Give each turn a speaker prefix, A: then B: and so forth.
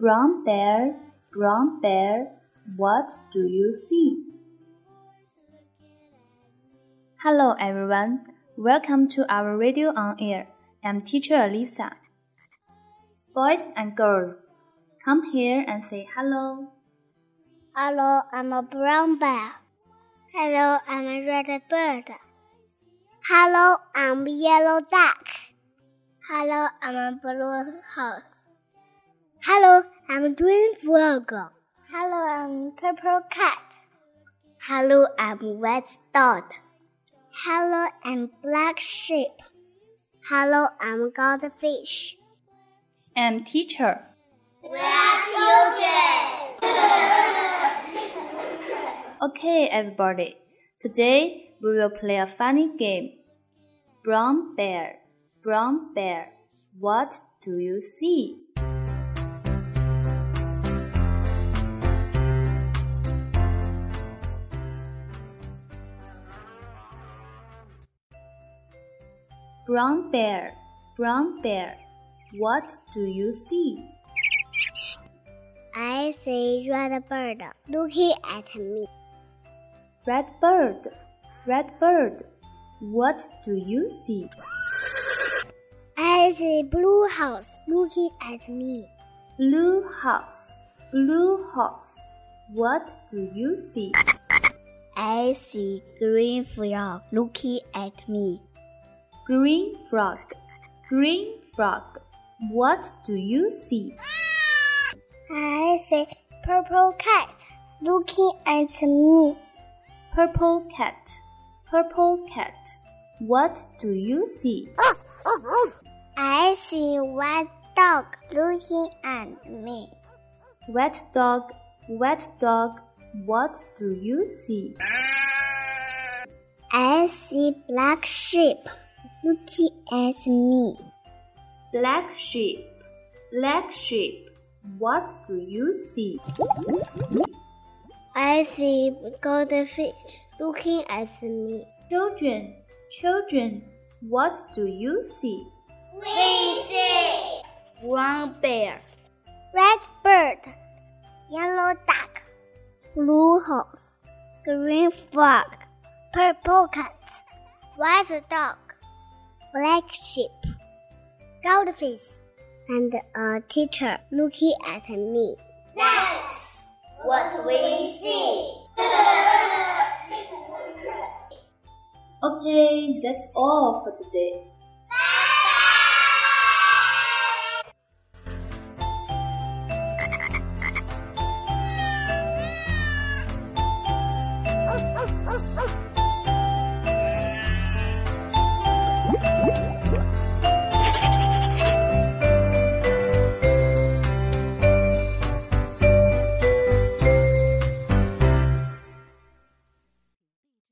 A: Brown bear, brown bear, what do you see? Hello everyone, welcome to our radio on air. I'm teacher Alisa. Boys and girls, come here and say hello.
B: Hello, I'm a brown bear. Hello, I'm a red bird. Hello, I'm a yellow duck. Hello, I'm a blue house. Hello, I'm a green frog. Hello, I'm purple cat. Hello, I'm white dog. Hello, I'm black sheep. Hello, I'm goldfish.
A: I'm teacher.
B: We are children.
A: Okay, everybody. Today we will play a funny game. Brown bear, brown bear, what do you see? Brown bear, brown bear, what do you see?
B: I see red bird looking at me.
A: Red bird, red bird, what do you see?
B: I see blue house looking at me.
A: Blue house, blue house, what do you see?
B: I see green frog looking at me.
A: Green frog, green frog, what do you see?
B: I see purple cat looking at me.
A: Purple cat, purple cat, what do you see?
B: I see white dog looking at me.
A: Wet dog, wet dog, what do you see?
B: I see black sheep looking at me.
A: Black sheep, black sheep, what do you see?
B: I see goldfish looking at me.
A: Children, children, what do you see?
B: We see brown bear, red bird, yellow duck, blue horse, green frog, purple cat, white dog, black sheep, goldfish, and a teacher looking at me. That's what we see.
A: Okay, that's all for today.